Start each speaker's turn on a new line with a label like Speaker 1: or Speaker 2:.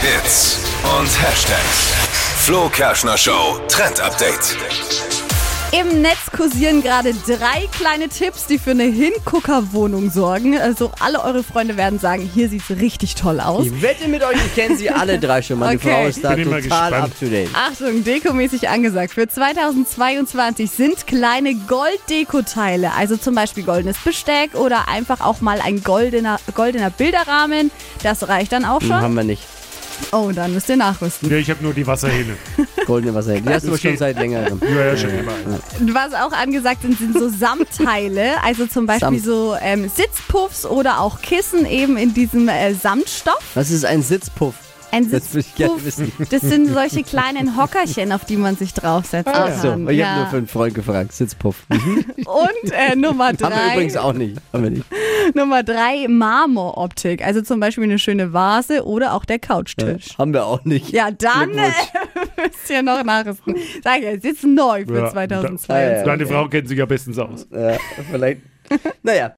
Speaker 1: Hits und Hashtags. Flo Kerschner Show Trend Update.
Speaker 2: Im Netz kursieren gerade drei kleine Tipps, die für eine Hinguckerwohnung sorgen. Also alle eure Freunde werden sagen, hier sieht's richtig toll aus.
Speaker 3: Ich wette mit euch, ich kenne sie alle drei schon. Meine
Speaker 2: Okay.
Speaker 3: Frau ist da
Speaker 4: Bin immer
Speaker 3: total
Speaker 4: gespannt.
Speaker 3: up to date.
Speaker 2: Achtung, dekomäßig angesagt. Für 2022 sind kleine Golddekoteile, also zum Beispiel goldenes Besteck oder einfach auch mal ein goldener, goldener Bilderrahmen. Das reicht dann auch
Speaker 3: Hm,
Speaker 2: schon.
Speaker 3: haben wir nicht.
Speaker 2: Oh, dann müsst ihr nachrüsten.
Speaker 4: Ja, ich habe nur die Wasserhähne.
Speaker 3: Goldene Wasser. Die hast du schon
Speaker 4: Okay.
Speaker 3: seit längerem.
Speaker 4: Ja, ja, schon immer.
Speaker 2: Was auch angesagt sind, sind so Samtteile, also zum Beispiel
Speaker 3: Samt.
Speaker 2: so ähm, Sitzpuffs oder auch Kissen eben in diesem äh, Samtstoff.
Speaker 3: Was ist ein Sitzpuff?
Speaker 2: Ein
Speaker 3: Das würde ich gerne
Speaker 2: Sitzpuff,
Speaker 3: wissen.
Speaker 2: das sind solche kleinen Hockerchen, auf die man sich draufsetzen
Speaker 3: Ach Ah so,
Speaker 2: kann.
Speaker 3: ich
Speaker 2: ja.
Speaker 3: habe nur für einen Freund gefragt. Sitzpuff. Mhm.
Speaker 2: Und äh, Nummer
Speaker 3: haben wir übrigens
Speaker 2: drei,
Speaker 3: auch nicht. Haben wir nicht.
Speaker 2: Nummer drei, Marmoroptik, also zum Beispiel eine schöne Vase oder auch der Couchtisch.
Speaker 3: Haben wir auch nicht.
Speaker 2: Ja, dann äh,
Speaker 3: Glückwunsch.
Speaker 2: müsst ihr noch nachrüsten. Sag ich, es ist neu für
Speaker 4: Ja.
Speaker 2: 2022.
Speaker 3: Ah, ja.
Speaker 4: Deine Frau kennt sich ja bestens aus.
Speaker 3: Ja, vielleicht. Naja,